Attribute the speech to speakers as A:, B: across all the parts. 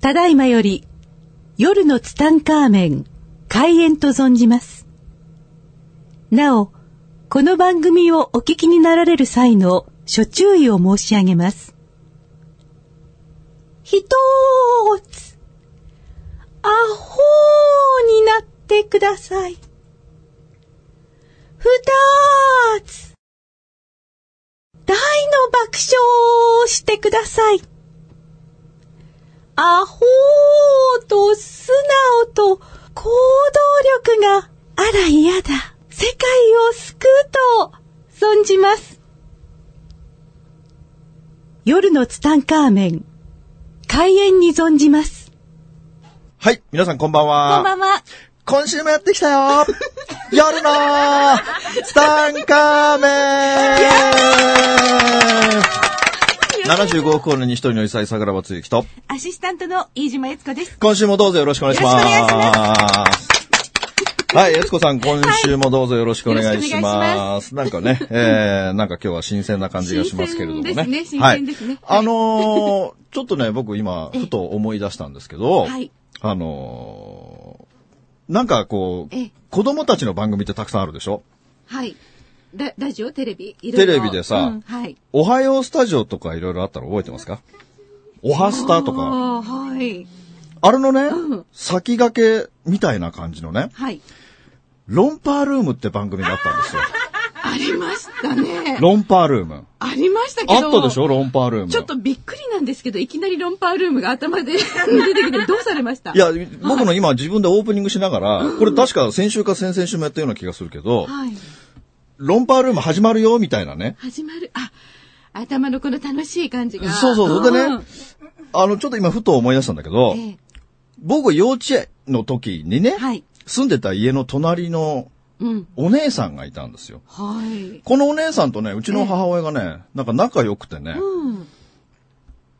A: ただいまより夜のツタンカーメン開演と存じます。なお、この番組をお聞きになられる際の諸注意を申し上げます。ひとーつ、アホーになってください。ふたーつ、大の爆笑をしてください。アホーと素直と行動力があら嫌だ。世界を救うと存じます。夜のツタンカーメン、開演に存じます。
B: はい、皆さんこんばんは。
A: こんばんは。
B: 今週もやってきた よ夜のツタンカーメン75億光年に一人の異彩桜庭つゆきと、
A: アシスタントの飯島悦子です。
B: 今週もどうぞよろしくお願いします。はい、悦子さん、今週もどうぞよろしくお願いします。はい、ますなんかね、えー、なんか今日は新鮮な感じがしますけれどもね。
A: ねねはい、
B: あ のー、ちょっとね、僕今、ふと思い出したんですけど、はい、あのー、なんかこう、子供たちの番組ってたくさんあるでしょ
A: はい。ララジオテレビ
B: テレビでさ、うんはい、おはようスタジオとかいろいろあったの覚えてますかおはスタとか。
A: あはい。
B: あれのね、うん、先駆けみたいな感じのね、
A: はい。
B: ロンパールームって番組があったんですよ。
A: ありましたね。
B: ロンパールーム。
A: ありましたけど。
B: あったでしょロンパールーム。
A: ちょっとびっくりなんですけど、いきなりロンパールームが頭で 出てきて、どうされました
B: いや、僕の今自分でオープニングしながら、これ確か先週か先々週もやったような気がするけど、はい。ロンパールーム始まるよ、みたいなね。
A: 始まる。あ、頭のこの楽しい感じが。
B: そうそう。でね、うん、あの、ちょっと今ふと思い出したんだけど、えー、僕幼稚園の時にね、はい、住んでた家の隣の、お姉さんがいたんですよ、
A: うん、はい。
B: このお姉さんとね、うちの母親がね、えー、なんか仲良くてね、うん、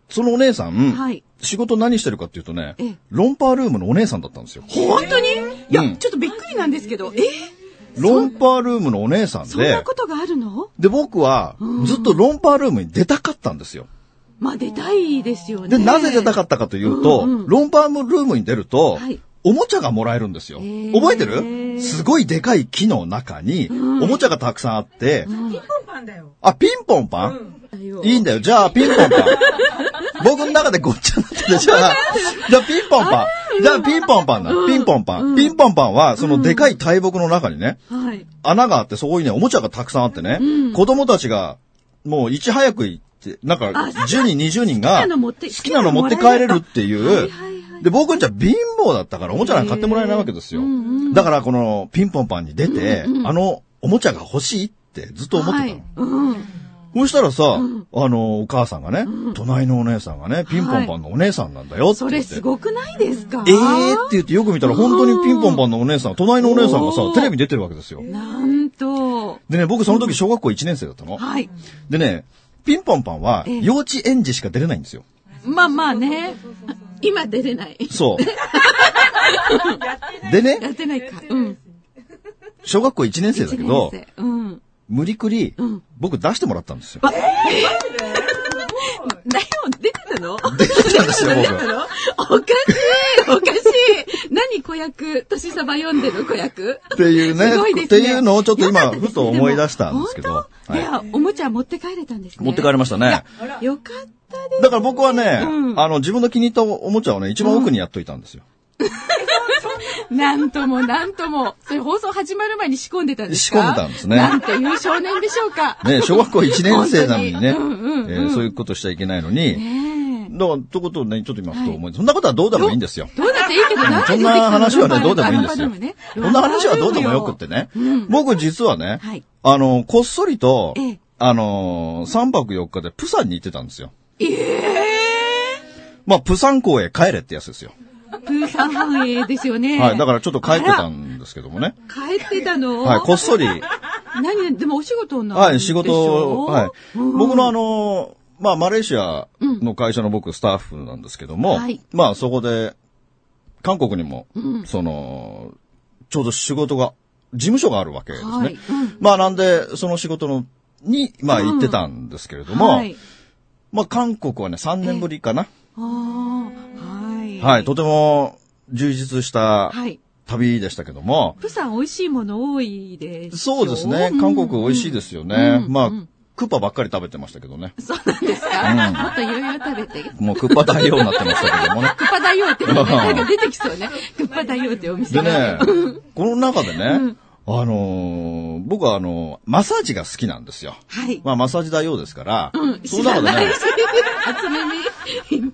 B: そのお姉さん、はい、仕事何してるかっていうとね、えー、ロンパールームのお姉さんだったんですよ。
A: 本当にいや、ちょっとびっくりなんですけど、えー
B: ロンパールームのお姉さんで。そ
A: んなことがあるの
B: で、僕は、ずっとロンパールームに出たかったんですよ。
A: うん、まあ、出たいですよね。
B: で、なぜ出たかったかというと、うんうん、ロンパールームに出ると、はい、おもちゃがもらえるんですよ。覚えてるすごいでかい木の中に、おもちゃがたくさんあって。
C: うん、ピンポンパンだよ。
B: あ、ピンポンパン、いいんだよ。じゃあ、ピンポン パン。僕の中でごっちゃになってて、じゃあ、じゃあピンポンパン。じゃあピンポンパンだ。ピンポンパン。ピンポンパンは、そのでかい大木の中にね、穴があって、そこにね、おもちゃがたくさんあってね、子供たちが、もういち早く行って、なんか、10人、20人が、好きなの持って帰れるっていう、で、僕じゃ貧乏だったから、おもちゃなんか買ってもらえないわけですよ。だから、この、ピンポンパンに出て、あの、おもちゃが欲しいってずっと思ってたの。そしたらさ、うん、あの、お母さんがね、うん、隣のお姉さんがね、ピンポンパンのお姉さんなんだよって
A: それすごくないですか
B: ええー、って言ってよく見たら本当にピンポンパンのお姉さん、隣のお姉さんがさ、テレビ出てるわけですよ。
A: なんと。
B: でね、僕その時小学校1年生だったの。
A: はい。
B: でね、ピンポンパンは幼稚園児しか出れないんですよ。
A: えー、まあまあね。今出れない。
B: そう。 でね。
A: やってない か。うん。
B: 小学校1年生だけど、
A: うん。
B: 無理くり、僕出してもらったんですよ。
A: えー、だよ、出てたの
B: 出てたんですよ、 僕。
A: おかしい、おかしい。何子役、年さば読んでる子役
B: っていうね、ねっていうのをちょっと今、ふと思い出したんですけど。
A: はい、いや、おもちゃ持って帰れたんですね。
B: 持って帰りましたね。
A: よかったです、
B: だから僕はね、うん、あの、自分の気に入ったおもちゃをね、一番奥にやっといたんですよ。うん
A: なんともなんとも。それ放送始まる前に仕込んでたんです
B: か仕込んでたんですね。
A: なんていう少年でしょうか。
B: ね小学校1年生なのにね、 うんうんうん、えー、そういうことしちゃいけないのに。ねだから、ということをね、ちょっと今ふと思、はい、そんなことはどうでもいいんですよ。
A: どうだっていいけど、なん
B: そんな話はね、どうでもいいんですよ。ね、そんな話はどうでもよくってね。うん、僕実はね、はい、あの、こっそりと、ええ、あのー、3泊4日でプサンに行ってたんですよ。
A: ええ
B: ー、まあ、プサン港へ帰れってやつですよ。
A: プーさん繁栄ですよね。
B: はい。だからちょっと帰ってたんですけどもね。
A: 帰ってたの
B: はい。こっそり。
A: 何でもお仕事の。
B: はい、仕事はい、うん。僕のあの、まあ、マレーシアの会社の僕スタッフなんですけども、うん、まあ、そこで、韓国にも、うん、その、ちょうど仕事が、事務所があるわけですね。はい、まあ、なんで、その仕事の、に、まあ、行ってたんですけれども、はいまあ、韓国はね、3年ぶりかな。
A: ああ、はい。
B: はい、とても充実した
A: はい。
B: 旅でしたけども、
A: プサン美味しいもの多いです。
B: そうですね、韓国美味しいですよね。
A: うん
B: まあ
A: うん、
B: クッパばっかり食べてましたけどね。
A: そうなんですか、もっといろいろ食べて。
B: もうクッパ大王になってましたけどもね。
A: クッパ大王って、
B: うん
A: なんか出てきそうね。クッパ大王ってお店
B: で
A: が。
B: ね、この中でね、あのー僕はあのーマッサージが好きなんですよ。
A: はい。
B: まあ、マッサージ大王ですから、そ
A: 知
B: の
A: ら
B: 中で
A: ない
B: ね、
A: し、厚めに。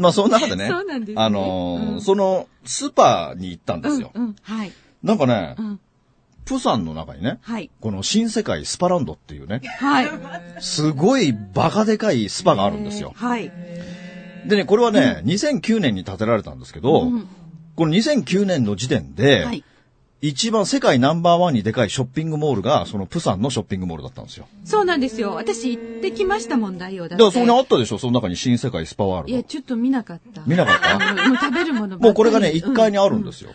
B: まあ、その中でね、
A: そうなんですね
B: あのー
A: うん
B: そのスーパーに行ったんですよ。
A: うんうん、はい。
B: なんかね、
A: うん、
B: プサンの中にね、
A: はい。
B: この新世界スパランドっていうね、
A: はい。
B: すごいバカでかいスパがあるんですよ。
A: はい。
B: でね、これはね、2009年に建てられたんですけど、
A: うん
B: この2009年の時点で、
A: はい。
B: 一番世界ナンバーワンにでかいショッピングモールが、そのプサンのショッピングモールだったんですよ。
A: そうなんですよ。私行ってきましたもん、大王だ
B: だ
A: っ
B: か
A: て。
B: らそこにあったでしょその中に新世界スパワー
A: い
B: ル
A: や、
B: ド。
A: ちょっと見なかった。
B: 見なかっ
A: あ
B: た
A: のもう食べるものばっかり
B: もうこれがね、1階にあるんですよ。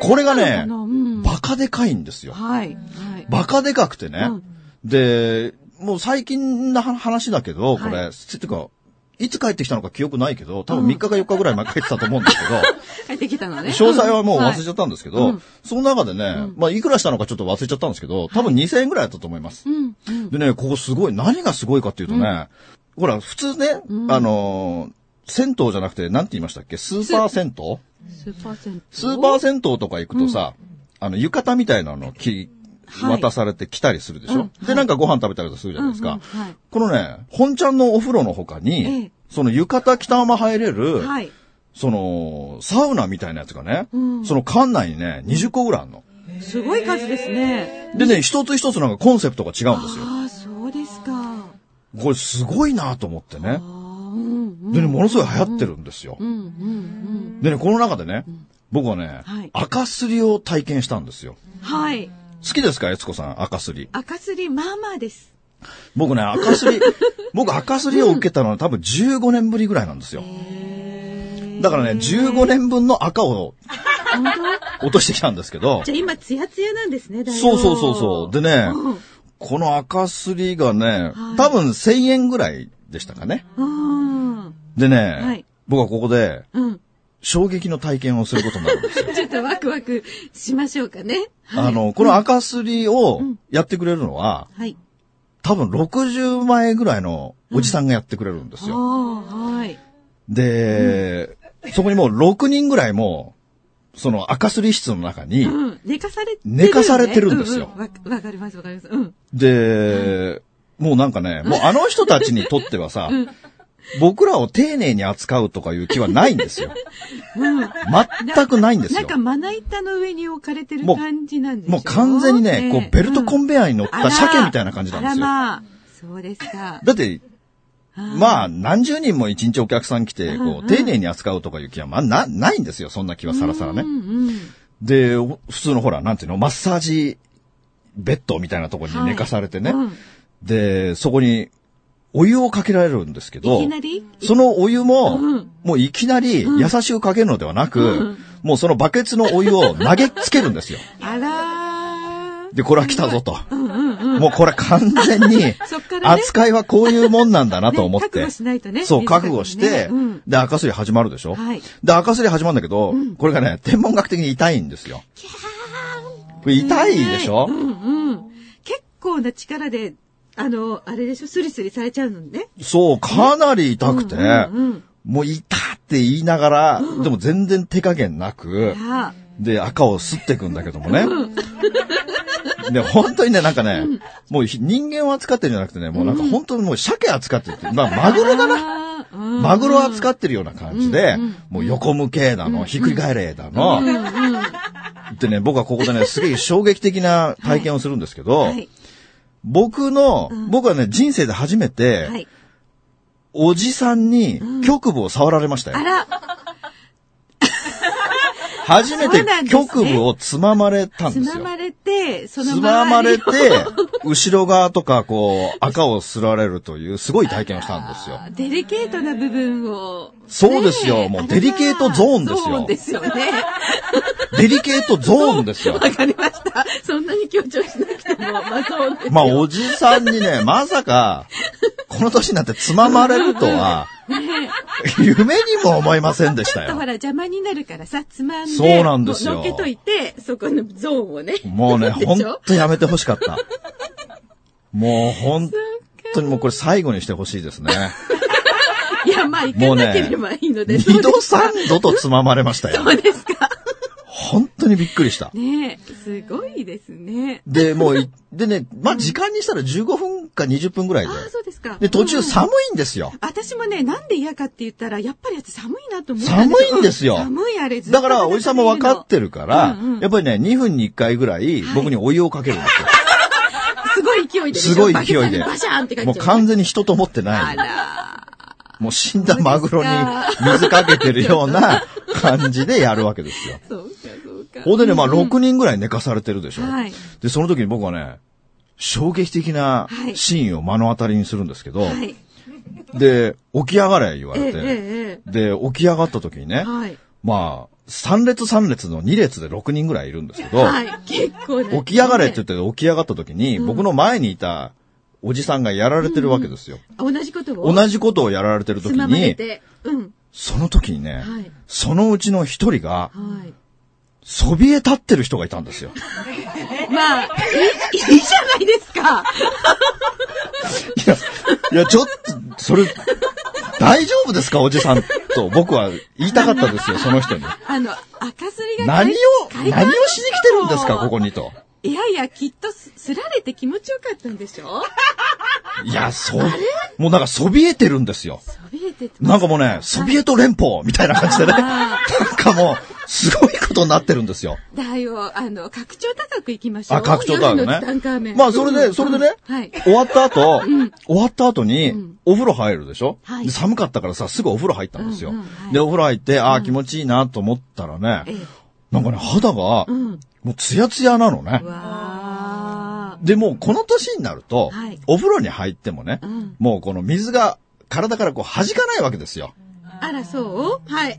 B: これがね
A: あ、のうん
B: バカでかいんですよ。
A: はい。はい。
B: バカでかくてね。
A: うん
B: で、もう最近の話だけど、これ、
A: は
B: つてか、いつ帰ってきたのか記憶ないけど、多分3日か4日ぐらい前帰ってたと思うんですけど、
A: 帰ってきたのね。
B: 詳細はもう忘れ
A: て
B: ちゃったんですけど、
A: はいうん
B: その中でね、まあいくらしたのかちょっと忘れちゃったんですけど、多分2000円ぐらいだったと思います。
A: うん。 うん。
B: でね、ここすごい、何がすごいかっていうとね、ほら、普通ね、あのー銭湯じゃなくて、なんて言いましたっけスーパー銭湯
A: スーパーセント。
B: スーパー
A: セ
B: 銭湯とか行くとさ、あの、浴衣みたいなの着、
A: はい
B: 渡されて来たりするでしょ、で、なんかご飯食べたりとかするじゃないですか。
A: はい。
B: このね、本ちゃんのお風呂の他に、
A: ええ
B: その浴衣着たまま入れる、
A: はい。
B: その、サウナみたいなやつがね、
A: うん
B: その館内にね、20個ぐらいあるの。
A: すごい数ですね。
B: でね、一つ一つなんかコンセプトが違うんですよ。
A: ああ、そうですか。あ
B: これすごいなと思ってね
A: あ、う。ん。
B: でね、ものすごい流行ってるんですよ
A: う。ん、うん、うん。
B: でね、この中でね、僕はね
A: はい、
B: 赤すりを体験したんですよ。
A: はい。
B: 好きですか、悦子さん、赤すり。
A: 赤すり、まあまあです。
B: 僕ね、赤 すり、僕赤すりを受けたのは多分15年ぶりぐらいなんですよ。だからね、15年分の赤を落としてきたんですけど、
A: じゃあ今、ツヤツヤなんですね、大王
B: そうそうそうそう。でね
A: うん、
B: この赤すりがね
A: は、い
B: 多分1000円ぐらいでしたかね。
A: うん。
B: で
A: はい
B: ね、僕はここで
A: うん。
B: 衝撃の体験をすることになるんですよ。
A: ちょっとワクワクしましょうかね。 はい
B: あの、この赤すりをやってくれるのは、
A: はい。
B: 多分60前ぐらいのおじさんがやってくれるんで
A: あ
B: すよ。
A: あ、はい。
B: で、そこにもう6人ぐらいもう、その赤すり室の中に、
A: うん。寝かされてるよね、
B: 寝かされてるんですよ
A: ううわ、わかります、わかります。うん。
B: で、もうなんかね、もうあの人たちにとってはさ、僕らを丁寧に扱うとかいう気はないんですよ。
A: うん。
B: 全くないんです
A: な
B: よ
A: ん。かまな板の上に置かれてる
B: もう
A: 感じなんです
B: もう完全にね、こうベルトコ
A: ン
B: ンベアに乗った鮭みたいな感じなんで
A: あら
B: すよ。
A: まあ、そうですか。
B: だって、
A: あ
B: まあ、何十人も一日お客さん来
A: う
B: て、
A: ん
B: こ
A: う
B: う、
A: ん
B: 丁寧に扱うとかいう気は、まあ、な、ないんですよ。そんな気は
A: ー、
B: さらさらね
A: う。んうん。
B: で、お普通のほら、なんていうの、マッサージベッドみたいなところに寝かされてね。
A: うん
B: で、そこにお湯をかけられるんですけ
A: い
B: ど
A: き、なり
B: そのお湯も、
A: うん
B: もういきなり優しくかけるのではなく、
A: うん
B: もうそのバケツのお湯を投げつけるんですよ。
A: あらー。
B: で、これは来たぞと。
A: うんうんうん。
B: もうこれ完全に
A: そっからね
B: 扱いはこういうもんなんだなと思っ
A: ね覚
B: て
A: 悟。しないとね。
B: そう、覚悟して
A: ねうん、
B: で、赤すり始まるでしょ
A: はい
B: で、赤すり始まるんだけど、これがね、天文学的に痛いんですよ。これ痛いでしょ
A: うんうん。結構な力で、あの、あれでしょ、スリスリされちゃうのね。
B: そう、かなり痛くて
A: うんうん
B: もう痛って言いながら、でも全然手加減
A: う
B: な
A: ん。
B: く
A: い、や
B: で、赤を吸っていくんだけどもね。 で、本当にね、なんかね、もうひ人間を扱ってるんじゃなくてね、もうなんか本当にもう鮭扱ってるって、まあ、マグロだな。
A: な。
B: マグロ扱
A: っ
B: ってるような感じで
A: うんうん、
B: もう横向けだの、ひっくり返れだの。でね、僕はここで ね、すげえ衝撃的な体験をするんですけど
A: は、い。
B: 僕の
A: ん、
B: 僕はね、人生で初めて
A: は、い。
B: おじさんに局部を触られましたよ
A: あ。ら。
B: 初め
A: そ
B: て
A: うなんですね
B: 局部をつままれたん
A: つ
B: で
A: ま
B: すよ。
A: まれて、その
B: つままれて
A: 周りを、
B: 後ろ側とか、こう、赤をすられるという、すごい体験をしたんですよ。
A: デリケートな部分を。
B: そうですよ
A: ねえ
B: もう
A: あれが
B: デリケートゾーンですよ
A: ゾーンですよね。
B: デリケートゾーンで すよ
A: わ。かりました。そんなに強調しなくても、まあゾーンです。
B: まあ、おじさんにね、まさか、この年になってつままれる とは、夢にも思いませんでし
A: ちょ
B: た
A: っとほ
B: よ
A: ら。邪魔になるからさ、つまんで、
B: そうなんですよ
A: のっけといて、そこのゾーンをね。
B: もうね、
A: でし
B: ほん
A: ょ
B: とやめてほしかった。もうほんとにもうこれ最後にしてほしいですね。
A: いや、まあ行かなければいいので。
B: 二
A: そう
B: 度
A: ですか
B: 三度とつままれましたよ。
A: そうですか。
B: 本当にびっくりした。
A: ねえ、すごいですね。
B: で、もうい、でね、まあ、時間にしたら15分か20分ぐらいで
A: あ。あ、そうですか。
B: で、途中
A: うん
B: 寒いんですよ。
A: 私もね、なんで嫌かって言ったら、やっぱり私寒いなと思う。
B: 寒いんですよ
A: 寒いあれ、ずっと
B: だから、おじさんも分かってるから
A: うんうん、
B: やっぱりね、2分に1回ぐらい僕にお湯をかけるんですよ。
A: すごい勢いででしょ。
B: すごい勢いで
A: バケツにバシャーンって感じ。
B: もう完全に人と思って
A: あ
B: ない。
A: ら。
B: もう死んだマグロに水かけてるような感じでやるわけですよ。
A: そうか、そうか。
B: ほんでね、まあ6人ぐらい寝かされてるでしょ。
A: はい
B: で、その時に僕はね、衝撃的な
A: はい
B: シーンを目の当たりにするんですけど、
A: はい。
B: で、起き上がれ言わ
A: ええ、え
B: れ
A: え
B: て、、
A: え
B: で、起き上がった時にね、
A: え。はい。
B: まあ、3列3列の2列で6人ぐらいいるんですけど、
A: はい。結構ね。
B: 起き上がれって言って起き上がった時に、僕の前にいたおじさんがやられてるわけですよ。
A: 同じことを。
B: 同じことをやられてる時
A: つままれ
B: に、
A: て。うん。
B: その時にね、
A: はい
B: そのうちの一人が、
A: はい。
B: そびえ立ってる人がいたんですよ。
A: まあ、いい、いいじゃないですか。
B: いや、いや、ちょっと、それ、大丈夫ですか、おじさんと僕は言いたかったですよ、その人に。
A: あの、赤すりが
B: 何を
A: 解、体
B: 何をしに来てるんですか、ここにと。
A: いやいや、きっとす、すられて気持ちよかったんでし ょ
B: いや、そう、もうなんかそびえてるんですよ。
A: そびえてて
B: なんかもうね、ソビエト連邦みたいな感じでね、な
A: あ
B: んかもう、すごいことになってるんですよ。
A: だよ、あの、拡張高く行きましょう。
B: あ、拡張タワー
A: 夜のツタンカー
B: の
A: メ
B: ね。
A: ン
B: まあ、それで、それでね
A: うんはい、。
B: 終わった後、終わった後に
A: ん、
B: お風呂入るでしょ
A: はい
B: で寒かったからさ、すぐお風呂入ったんですよ
A: うんうんは。い
B: で、お風呂入って、ああ、気持ちいいなと思ったら
A: え
B: ね
A: え、
B: なんかね、肌が、
A: うん。
B: もうツヤツヤなのね。
A: わ
B: で、もうこの年になると
A: はい、
B: お風呂に入ってもね
A: うん、
B: もうこの水が体からこう弾かないわけですよ。
A: ー。あら、そうはい。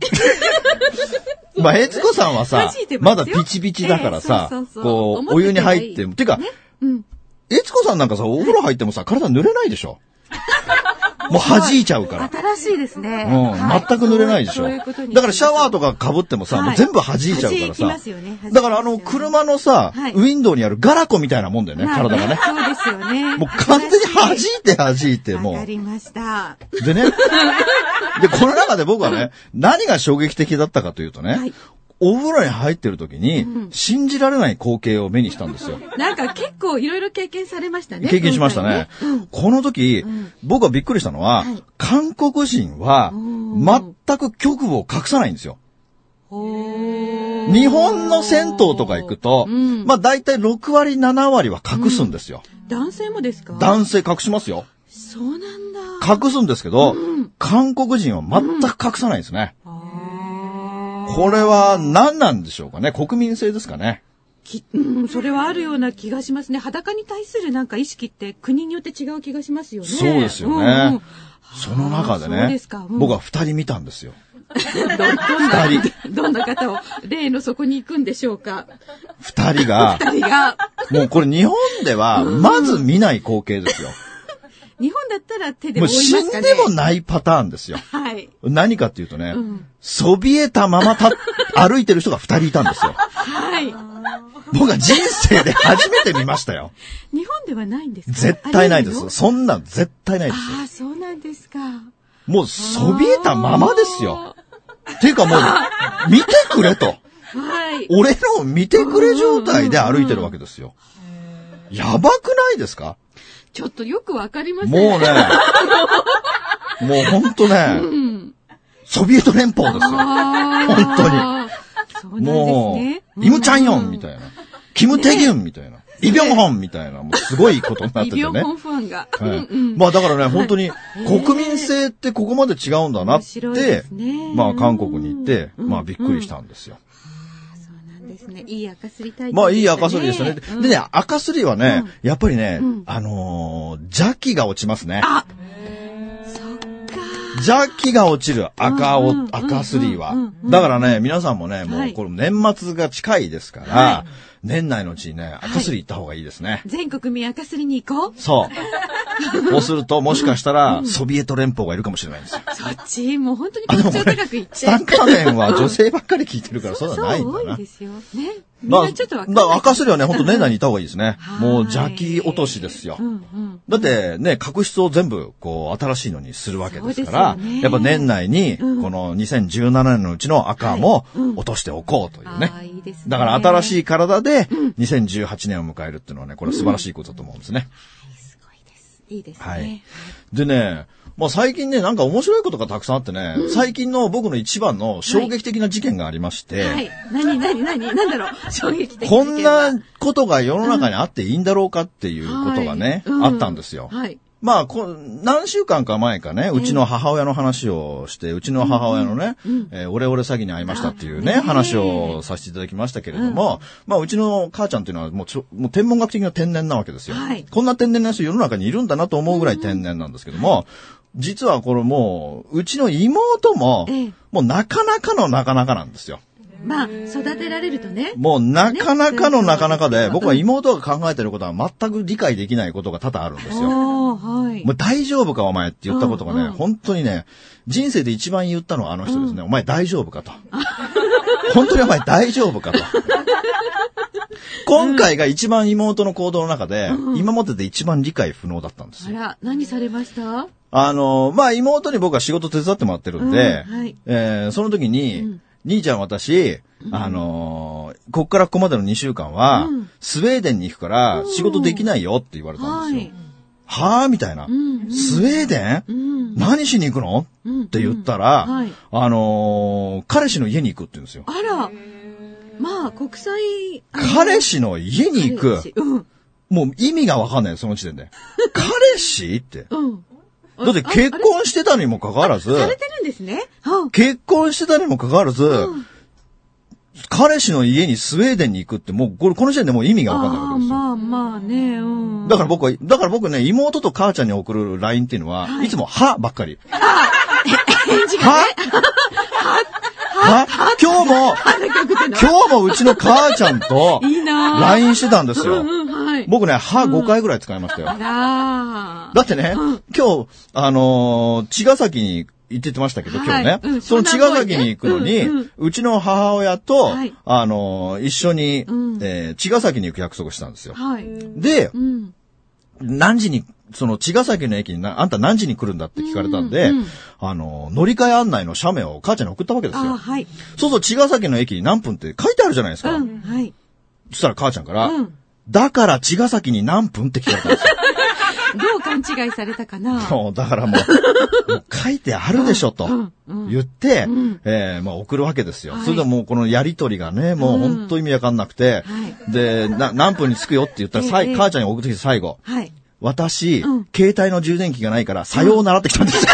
B: まあ、えつこさんはさ
A: マジで、
B: ま
A: ま
B: だ
A: すよ
B: ピチピチだからさ
A: ええそう、そうそう
B: こ
A: 思
B: う、お
A: ってた
B: 湯
A: よ
B: に
A: り
B: 入っても、てか、
A: うん。
B: えつこさんなんかさ、お風呂入ってもさ、体濡れないで しょもう弾いちゃうから。
A: 新しいですね。は
B: うん、全く濡れないでしょ。
A: そういうことに
B: だからシャワーとか被ってもさ、
A: はい
B: もう全部弾いちゃうから
A: 弾き
B: さ
A: ますよね弾きます。よね
B: だからあの、車のさ、
A: はい
B: ウィンドウにあるガラコみたいなもんだよね、
A: まあ
B: 体がね。
A: そうですよね。
B: もう完全に弾
A: 新
B: い
A: しい
B: て弾いて、も
A: わか
B: う。
A: りました。
B: でね。で、この中で僕はね、何が衝撃的だったかというとね、
A: はい
B: お風呂に入ってる時に、信じられない光景を目にしたんですよ。
A: なんか結構いろいろ経験されましたね。
B: 経験しましたね
A: 今回。
B: この時、僕がびっくりしたのは、
A: はい
B: 韓国人は
A: ん
B: 全く局部を隠さないんですよ。
A: ほー
B: 日本の銭湯とか行くと、
A: うん
B: まあ大体6割7割は隠すんですよ。
A: 男性もですか
B: 男性隠しますよ。
A: そうなんだ。
B: 隠すんですけど、韓国人は全く隠さないんですね。
A: あー
B: これは何なんでしょうかね国民性ですかね
A: きうん、それはあるような気がしますね。裸に対するなんか意識って国によって違う気がしますよね。
B: そうですよね。
A: うんうん
B: その中で
A: あーそう
B: ね
A: ですかうん
B: 僕は二人見たんですよ。
A: どどんな、どんな方を例のそこに行くんでしょうか。
B: 二人が、
A: 二人が、
B: もうこれ日本ではまず見ない光景ですよ。
A: 日本だったら手で
B: も
A: 覆
B: う
A: い
B: 死
A: ま
B: ん
A: すかね。
B: でもないパターンですよ。
A: はい。
B: 何かっていうとね、
A: ん
B: そびえたままた 歩いてる人が二人いたんですよ。
A: はい。
B: 僕は人生で初めて見ましたよ。
A: 日本ではないんですか
B: 絶対ないで
A: あ
B: す。そんなん絶対ないですよ。
A: あー、そうなんですか。
B: もうそびえたままですよ。っていうかもう、見てくれと。
A: はい。
B: 俺のを見てくれ状態で歩いてるわけですよ。やばくないですか
A: ちょっとよくわかりません。
B: もうね、もうほんとね、ソビエト連邦ですよ。本当に
A: あーそうなん
B: も
A: ですね。
B: う、イムチャンヨンみ
A: い
B: たいな。キム・テギュンみたいな。イ・ビョンホンみたいな。もうすごいことになってて
A: 医
B: ね。
A: 療本不安が。う
B: は
A: ん
B: い
A: うん。
B: まあだからね、本当に国民性ってここまで違うんだなっ
A: 面白い
B: て
A: ですね、
B: まあ韓国に行って、
A: うん
B: まあびっくりしたんですよ。
A: ですね。いい赤すり体験、
B: まあいい赤すりでしたね。
A: うん
B: でね、赤すりはね、やっぱりね、
A: うん
B: あのー邪気が落ちますね。
A: あそっか。
B: 邪気が落ちる赤
A: うんうん
B: を
A: う、ん
B: 赤すりは
A: うんうん。うん
B: だからね、皆さんもね、も
A: は
B: う
A: い
B: これ年末が近いですから、
A: は
B: 年内のうちにね、赤すり行った方がいいですね。
A: 全国民赤すりに行こう。
B: そう。こうすると、もしかしたら、ソビエト連邦がいるかもしれないんですよ。
A: そっち、もう本当 に緊張高く行って。
B: スタンカーメンは女性ばっかり聞いてるから、そんなんないん
A: そう
B: だ
A: 多い
B: な
A: で。すよ。ね。みん
B: だ
A: なちょっとわかん
B: だ
A: ない
B: から赤すりはね、ほんと年内にいた方がいいですね。
A: はい
B: もう邪気落としですよ
A: う。んうん。
B: だってね、角質を全部こう新しいのにするわけですから、
A: そうですよね
B: やっぱ年内にこ
A: うん
B: の2017年のうちの赤も落としておこうというね。
A: ああ、いいですね。
B: だから新
A: い。
B: しい体で2018年を迎えるっていうのはね、これは素晴らしいことだと思うんですね。
A: すごいです。いいですね。
B: はい。でね、まあ最近ね、なんか面白いことがたくさんあってね、最近の僕の一番の衝撃的な事件がありまして、
A: はい。何、何、何、なんだろう。衝撃的
B: こんな
A: 事
B: ことが世の中にあっていいんだろうかっていう
A: 件
B: こ
A: は
B: とがね、
A: はいうん
B: あったんですよ。
A: はい。
B: まあこ、何週間か前かね、うちの母親の話をして、うちの母親のね、えーオレオレ詐欺に遭いましたっていうね、
A: あねえ
B: 話をさせていただきましたけれども、まあ、うちの母ちゃんというのはもうちょ、もう天文学的な天然なわけですよ。
A: はい
B: こんな天然な人世の中にいるんだなと思うぐらい天然なんですけども、実はこれもう、うちの妹も
A: ええ、
B: もうなかなかのなかなかなんですよ。
A: まあ、育てられるとね。
B: もうなかなかのなかなかで、
A: ね
B: 僕は妹が考えてることは全く理解できないことが多々あるんですよ。
A: おー、はい。
B: もう大丈夫かお前って言ったことがね、
A: うんうん
B: 本当にね、人生で一番言ったのはあの人ですね。お前大丈夫かと。本当にお前大丈夫かと。今回が一番妹の行動の中で、今までで一番理解不能だったんです
A: あ
B: よ。
A: ら、何されました
B: あの、まあ妹に僕は仕事手伝ってもらってるんで、
A: うんはい
B: えーその時に、
A: うん
B: 兄ちゃん私、あのーこっからここまでの2週間は、
A: うん
B: スウェーデンに行くから仕事できないよって言われた
A: は
B: んですよ
A: い。。
B: はぁみたいな。
A: うん。
B: スウェーデン
A: うん。
B: 何しに行くの
A: うん
B: って言ったら、
A: うんはい
B: あのー彼氏の家に行くって言うんですよ。
A: あら、まあ、国際。
B: 彼氏の家に行く。
A: うん。
B: もう意味がわかんないよ、その時 点で。彼氏って。
A: うん。
B: だって結
A: あ
B: 婚してたにもかかわらず、
A: あれされてるんですね。うん
B: 結婚してたにもかかわらず、彼氏の家にスウェーデンに行くって、もう、これ、この時点でもう意味がわかんないわ
A: あ
B: け
A: あ、
B: ですよ。
A: まあまあね、うん。
B: だから僕は、だから僕ね、妹と母ちゃんに送る LINE っていうのは、い、つも、はばっかり。
A: 返事が
B: はは今日も、 今日もうちの母ちゃんと、
A: いいなぁ。
B: LINE してたんですよ。
A: うん、はい。
B: 僕ね、歯5回ぐらい使いましたよ。
A: あら
B: だってね、今日、あのー茅ヶ崎に行っててましたけど、
A: はい
B: 今日ね、
A: うん
B: その
A: 湘南の方
B: 茅ヶ
A: にね
B: 崎に行くのに、う
A: うんうん
B: ちの母親と、
A: はい
B: あのー一緒に、
A: うん
B: えー茅ヶ崎に行く約束したんですよ。
A: はい。
B: で
A: う、ん。
B: 何時に、その茅ヶ崎の駅にな、あんた何時に来るんだって聞かれたんで、
A: うんうん
B: あのー乗り換え案内の写メを母ちゃんに送ったわけです
A: ああ、
B: よ。
A: はい。
B: そうそう、茅ヶ崎の駅に何分って書いてあるじゃないです
A: う
B: か。
A: ん、はい。
B: そしたら母ちゃんから、
A: うん。
B: だから茅ヶ崎に何分って聞かれたんですよ。
A: どう勘違いされたかな。
B: そう、だからもう、もう書いてあるでしょと
A: うんうん
B: 言って、
A: ん
B: えーまあ送るわけですよ。
A: はい
B: それでもうこのやりとりがね、もう本当意味わかんなくて、
A: は
B: で、な、何分に着くよって言ったら、さい
A: ええ
B: 母ちゃんに送るとき最後、
A: はい。
B: 私、
A: うん
B: 携帯の充電器がないから、さようならって来たんですよ。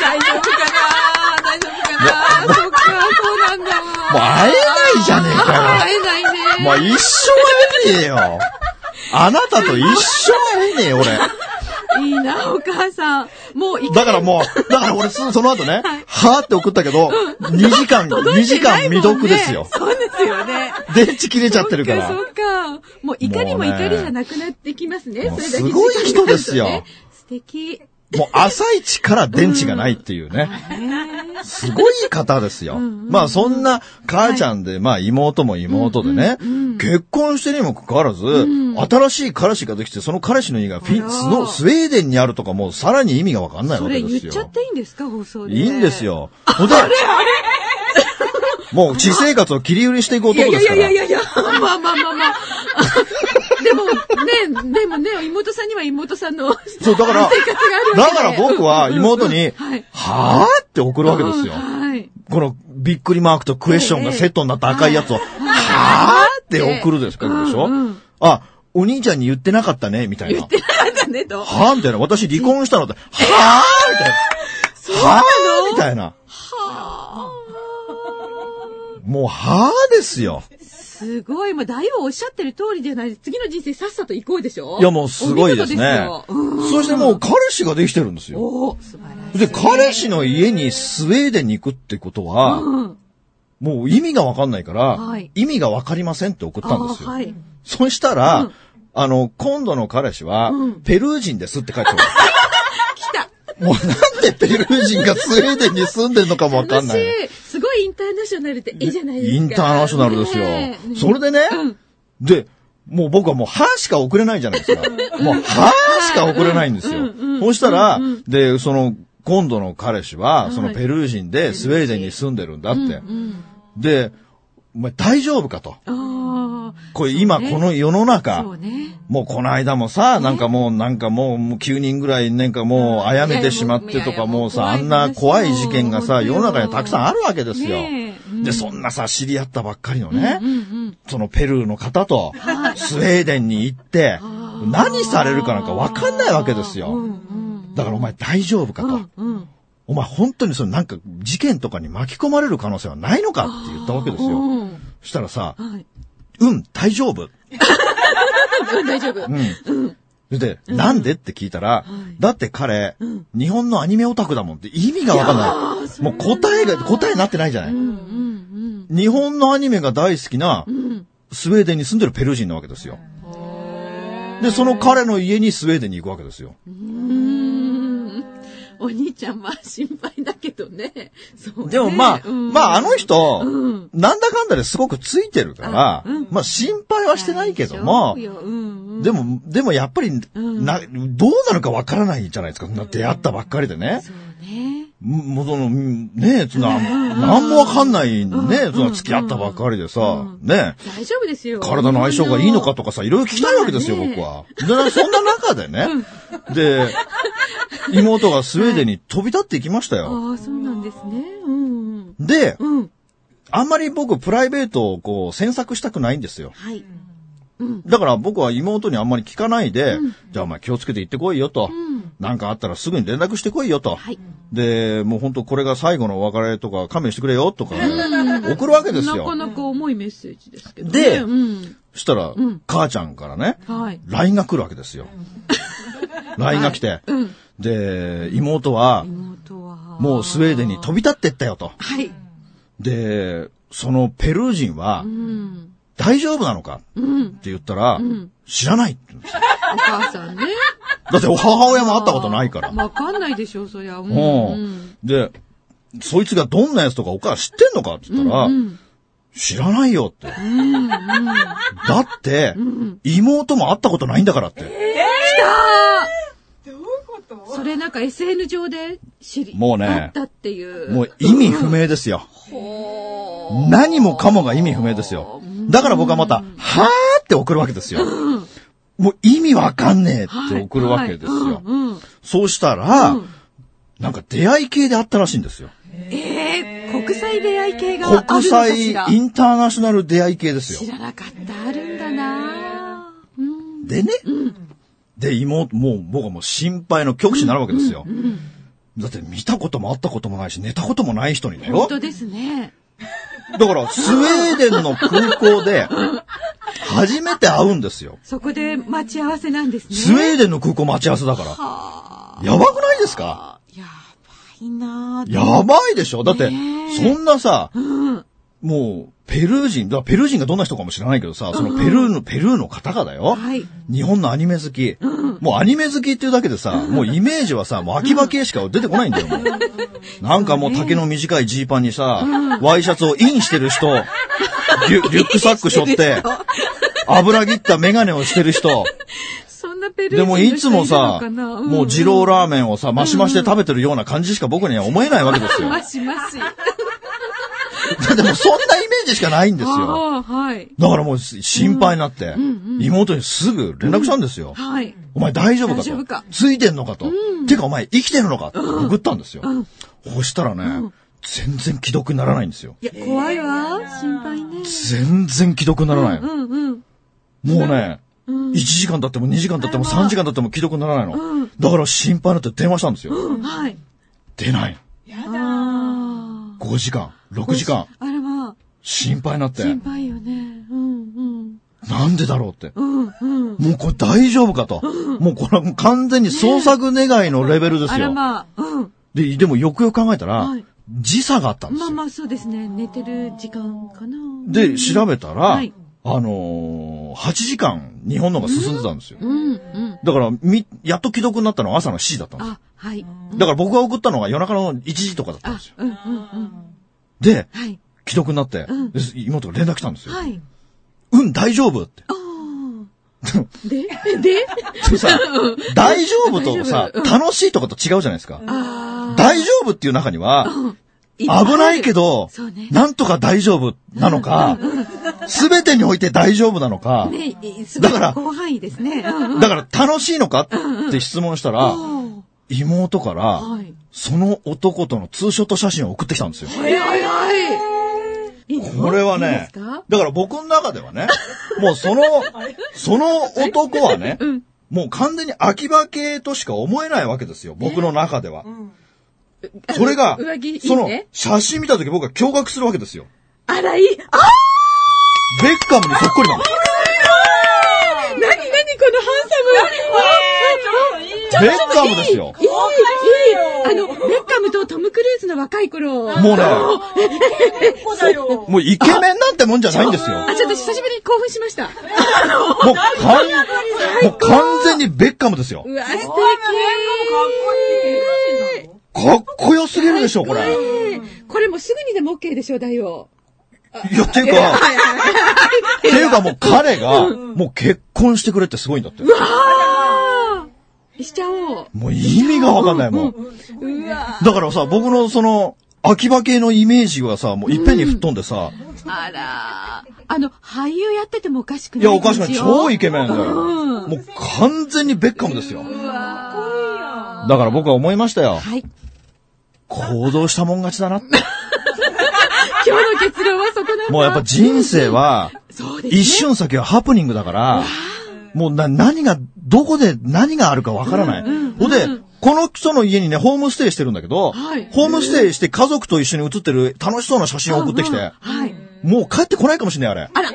A: 大丈夫かな大丈夫かなそっか、そうなんだ。
B: もう会えないじゃねえかよ。
A: 会えないね。
B: もう一生会えねえよ。あなたと一生会えねえよ、俺。
A: いいな、お母さん。もう行
B: だから もう、だから俺すその後ね、はーって送ったけど、2時間、2時間未読ですよ。
A: そうですよね。
B: 電池切れちゃってるから。
A: そっか、そっか。もう怒りも怒りじゃなくなってきますね。
B: もうね
A: それだけ時間
B: もうすごい人ですよ
A: があるとね。素敵。
B: もう朝一から電池がないっていうね。すごい方ですよ。まあそんな母ちゃんで、まあ妹も妹でね、結婚してにもかかわらず、新しい彼氏ができて、その彼氏の家がフィ
A: あ
B: ン
A: ら
B: スのスウェーデンにあるとかもうさらに意味がわかんない
A: そ
B: わけ
A: れ
B: で
A: 言っ
B: すよ。
A: ちゃっていいんですか放送で。
B: いいんです。よ。ほんでもう私生活を切り売りしていく
A: いや
B: 男
A: い
B: で
A: や
B: す
A: い
B: か
A: や
B: ら。
A: いやいやいや、まあまあまあ まあ。でもね、でもね、妹さんには妹さんの
B: そう、だから、
A: 生活があ るわ
B: だ
A: けで
B: から僕は妹に、
A: うん はい
B: はぁって送るわけですよ。
A: うんはい。
B: このびっくりマークとクエスチョンがセットになった赤いやつを、はぁって送るですかでしょ
A: うんうん
B: あ、お兄ちゃんに言ってなかったね、みたいな。
A: あんたねと。
B: はぁみたいな。私離婚したの って、はぁみたいな。はぁみたいな。もう、はぁですよ。
A: すごい。まあ、大王おっしゃってる通りじゃないです。次の人生さっさと行こうでしょ
B: いや、もうすごいですね。
A: お見事ですようん
B: そしてもう彼氏ができてるんですよ。
A: お素晴らしい。
B: で、彼氏の家にスウェーデンに行くってことは、
A: うん。
B: もう意味がわかんないから、
A: はい
B: 意味がわかりませんって送ったんですよ。
A: あーはい。
B: そしたら、
A: うん
B: あの、今度の彼氏は、
A: うん
B: ペルー人ですって書いてある。
A: 来た
B: もうなんでペルー人がスウェーデンに住んでるのかもわかんない。
A: 楽しいすごいインターナショナルっていいじゃないですか。
B: インターナショナルですよ。
A: ねえ
B: それでね、
A: うん
B: で、もう僕はもう、はしか送れないじゃないですか。もう、はしか送れないんですよ。
A: うんうん
B: そしたら、
A: うん
B: で、その、今度の彼氏は、その
A: はい
B: ペルー人でスウェーデンに住んでるんだって。
A: うん
B: で、お前大丈夫かと。
A: うん。あ
B: これ今
A: そうね
B: この世の
A: あ。
B: 中、
A: そうね。
B: もうこの間もさ、なんかもう、なんかもう、もう9人ぐらい、なんかもう、あやめてしまってと
A: いやいや
B: か、
A: もう
B: もうさ、
A: 怖
B: あ
A: い
B: んな怖い事件がさ、
A: 話よ
B: 世の中にはたくさんあるわけですよ。
A: ねえうん
B: で、そんなさ、知り合ったばっかりのね、
A: うんうん。
B: そのペルーの方と、スウェーデンに行って、何されるかなんかわかんないわけです
A: うんう
B: よ。
A: ん。
B: だからお前大丈夫か
A: う
B: と
A: ん。うん。
B: お前本当にそのなんか事件とかに巻き込まれる可能性はないのかって言ったわけですよ。
A: うん
B: そしたらさ、
A: はい。
B: うん、大丈夫。
A: うん大丈夫。
B: うん。で、なんでって聞いたら、だって彼、日本のアニメオタクだもんって意味がわかんない。もう答えが、答えになってないじゃない。
A: うんうん
B: 日本のアニメが大好きな、
A: うん。うん。
B: スウェーデンに住んでるペルー人なわけですよ。で、その彼の家にスウェーデンに行くわけですよ。
A: うーんお兄ちゃんは心配だけどね。そうね
B: でもまあ、
A: うん
B: まああの人、
A: うん
B: なんだかんだですごくついてるから、
A: うん
B: まあ心配はしてないけども
A: 大、丈夫ようんうん
B: でも、でもやっぱり、
A: うん
B: な、どうなるかわからないじゃないですか。な出会ったばっかりでね。
A: そうね。
B: もうその、んねえ、つな、なんもわかんないねえ、つな、付き合ったばっかりでさ、ねえ、
A: 大丈夫ですよ。
B: 体の相性がいいのかとかさ、いろいろ聞きたいわけですよ、
A: まあね
B: 僕は。で、そんな中でね、で、妹がスウェーデンに飛び立っていきましたよ。
A: ああ、そうなんですね。うんうん。
B: で、
A: うん。
B: あんまり僕プライベートをこう、詮索したくないんですよ。
A: はい。
B: だから僕は妹にあんまり聞かないで、じゃあお前気をつけて行ってこいよと。
A: ん
B: なんかあったらすぐに連絡してこいよと。
A: はい。
B: で、もう本当これが最後のお別れとか、勘弁してくれよとか、送るわけです
A: な
B: よ
A: か。なか重いメッセージですけどね。
B: で
A: うん。
B: そしたら、
A: ん
B: 母ちゃんからね、
A: はい。
B: LINE が来るわけですよ。LINE が来て、
A: うん。
B: で、妹は、
A: 妹は。
B: もうスウェーデンに飛び立ってったよと。
A: はい。
B: で、そのペルー人は
A: う、ん。
B: 大丈夫なのかっ
A: うん。
B: て言ったら、
A: ん
B: 知らないって言うんですよ
A: お母さんね。
B: だって母親も会ったことないから。
A: わかんないでしょ、そりゃ。うん
B: うん。で、そいつがどんなやつとかお母さん知ってんのかって言ったら、
A: うん。
B: 知らないよって。
A: うん。うん。
B: だって、妹も会ったことないんだからって。
A: それなんか SN 上で知り、
B: もうね
A: あったっていう。
B: もう意味不明ですよ。何もかもが意味不明ですよ。だから僕はまた、はーって送るわけですよ。もう意味わかんねえって送るわけです
A: はい
B: よ。
A: うんうん
B: そうしたら
A: うん、
B: なんか出会い系であったらしいんですよ。
A: えー、国際出会い系があるのか
B: 国
A: し
B: 際
A: ら
B: インターナショナル出会い系です
A: 知
B: よ。
A: らなかった、あるんだなうん。
B: でね、で、妹、もう僕はもう心配の極致になるわけですよ。だって見たことも会ったこともないし、寝たこともない人にだよ
A: 本。当ですね。
B: だから、スウェーデンの空港で、初めて会うんですよ。
A: そこで待ち合わせなんですね。
B: スウェーデンの空港待ち合わせだから。やばくないですか
A: やばいなぁ
B: やばいでしょだって、
A: ねえ
B: そんなさ、もう、ペルー人、だからペルー人がどんな人かも知らないけどさ、そのペルーの、ペルーの方がだよ。
A: はい。
B: 日本のアニメ好き。もうアニメ好きっていうだけでさ、もうイメージはさ、もう秋葉系しか出てこないんだよ、もう。なんかもう丈の短いジーパンにさ、ワイシャツをインしてる人、リ ュリュックサック背負って、油切ったメガネをしてる人。
A: そんなペルー
B: で
A: 人の
B: も
A: 人
B: いつもさ、
A: いるのかな
B: もう二郎ラーメンをさ、マシマシで食べてるような感じしか僕には思えないわけです よ。
A: まします。
B: でもそんなイメージしかないんですよ。
A: ああ、はい。
B: だからもう心配になって、妹にすぐ連絡したんですよ。
A: はい。
B: お前大丈夫かと。
A: 大丈夫か
B: ついてんのかと。てかお前生きてるのかと送ったんですよ。そしたらね、全然既読にならないんですよ。
A: いや、怖いわ。心配ね。
B: 全然既読にならないの。
A: うんうん。
B: もうね、1時間経っても2時間経っても3時間経っても既読にならないの。だから心配になって電話したんですよ。
A: うんはい。
B: 出ない。
A: ああ。
B: 5時間、6時間、
A: あれは、
B: 心配になって。
A: 心配よね。うん
B: なんでだろうって。
A: うん。うんうん。
B: もうこれ大丈夫 かと。もうこれはもう完全に創作願いのレベルです
A: あら
B: よ。
A: まあ、うん。
B: で、でもよくよく考えたら、
A: はい
B: 時差があったんです
A: まあ
B: よ。
A: まあそうですね。寝てる時間かな。
B: で、調べたら、
A: はい
B: あのー、8時間日本の方が進んでたんですよ。
A: うんうん。
B: だから、み、やっと既読になったのは朝の7時だったんですよ。
A: あ、はい。
B: だから僕が送ったのが夜中の1時とかだったん
A: あ
B: ですよ。、
A: うんうんうん。
B: で、
A: はい。
B: 既読になって、
A: うん
B: で妹が連絡来たんですよ。
A: はい。
B: うん、大丈夫って。
A: あ あ。でで
B: そうさ、大丈夫とさ、
A: 大
B: 楽しいとかと違うじゃないですか。
A: ああ。
B: 大丈夫っていう中には、危ないけ
A: ど。
B: ど
A: そうね、
B: なんとか大丈夫なのか、すべてにおいて大丈夫なのか、
A: ね、いすごい
B: だから
A: 広範囲ですね。うんうん
B: だから楽しいのかって質問したら、妹から、
A: はい。
B: その男とのツーショット写真を送ってきたんですよ。
A: 早い早い。
B: これはね、
A: いいですか
B: だから僕の中ではね、もう その、その男はね、もう完全に秋葉系としか思えないわけですよ、僕の中では。それが、
A: 上着いいね
B: その写真見た時僕は驚愕するわけですよ。
A: あら、いい。あ
B: ベッカムにそっくりなの。
A: なになにこのハンサム。
B: ベッカムですよ。
A: いい、いい。あの、ベッカムとトム・クルーズの若い頃。
B: もうね、
C: こだよ。
B: もうイケメンなんてもんじゃないんですよ。
A: あ、ちょっと久しぶりに興奮しました。
B: もう完、もう完全にベッカムですよ。
A: うわ、素敵。
B: かっこよすぎるでしょ、これ。
A: えーこれもうすぐにでも OK でしょ、だよ。
B: いや、っていうか、っていうかもう彼が、もう結婚してくれってすごいんだって。
A: ああしちゃおう。
B: もう意味がわかんない、もう。
A: うわ
B: だからさ、僕のその、秋葉系のイメージがさ、もういっぺんに吹っ飛んでさ、
A: あらあの、俳優やっててもおかしくない
B: いや、おかしくない。超イ
A: い。
B: ケメンだよ。
A: うん
B: もう完全にベッカムですよ。
A: うわ
B: だから僕は思いましたよ。
A: はい。
B: 行動したもん勝ちだなって。
A: 今日の結論はそこなんだ。
B: もうやっぱ人生 は、
A: そうですね。
B: 一瞬先はハプニングだから、もうな、何が、どこで何があるかわからない。ほんで、この人の家にね、ホームステイしてるんだけど、
A: はい
B: ホームステイして家族と一緒に写ってる楽しそうな写真を送ってき
A: うんうん
B: て、
A: はい。
B: もう帰ってこないかもしれない、あれ。
A: あら、い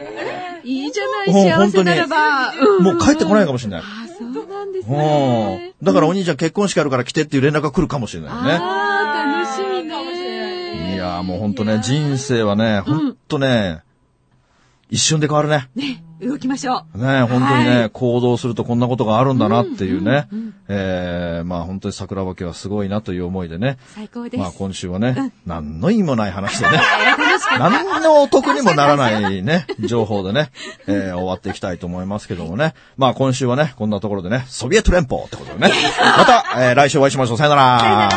A: いじゃない、
B: もう
A: 幸せならば。うん
B: もう帰ってこないかもしれない。
A: あーそうなんです
B: うん
A: ね。。
B: だからお兄ちゃん結婚式あるから来てっていう連絡が来るかもしれないよね。
A: ああ、楽しみね。かもしれ
B: いやーもうほんとね、人生はね、ほんとね、一瞬で変わるね。
A: ね、動きましょう。
B: ね本当にね、
A: は
B: 行動するとこんなことがあるんだなっていうね。えー、まあ本当に桜庭家はすごいなという思いでね。
A: 最高です。
B: まあ今週はね、何の意味もない話でね。 何のお得にもならないね、情報でね、えー、終わっていきたいと思いますけどもね。まあ今週はね、こんなところでね、ソビエト連邦ってことでね。また、えー、来週お会いしましょう。さよなら。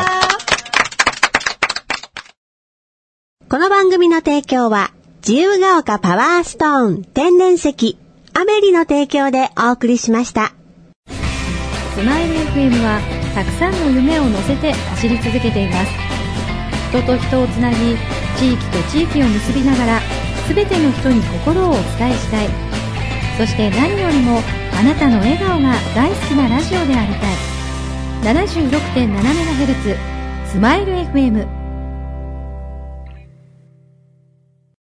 D: この番組の提供は、自由が丘パワーストーン天然石、アメリの提供でお送りしました。
E: スマイル FM はたくさんの夢を乗せて走り続けています人と人をつなぎ地域と地域を結びながら全ての人に心をお伝えしたいそして何よりもあなたの笑顔が大好きなラジオでありたい 76.7MHz スマイル FM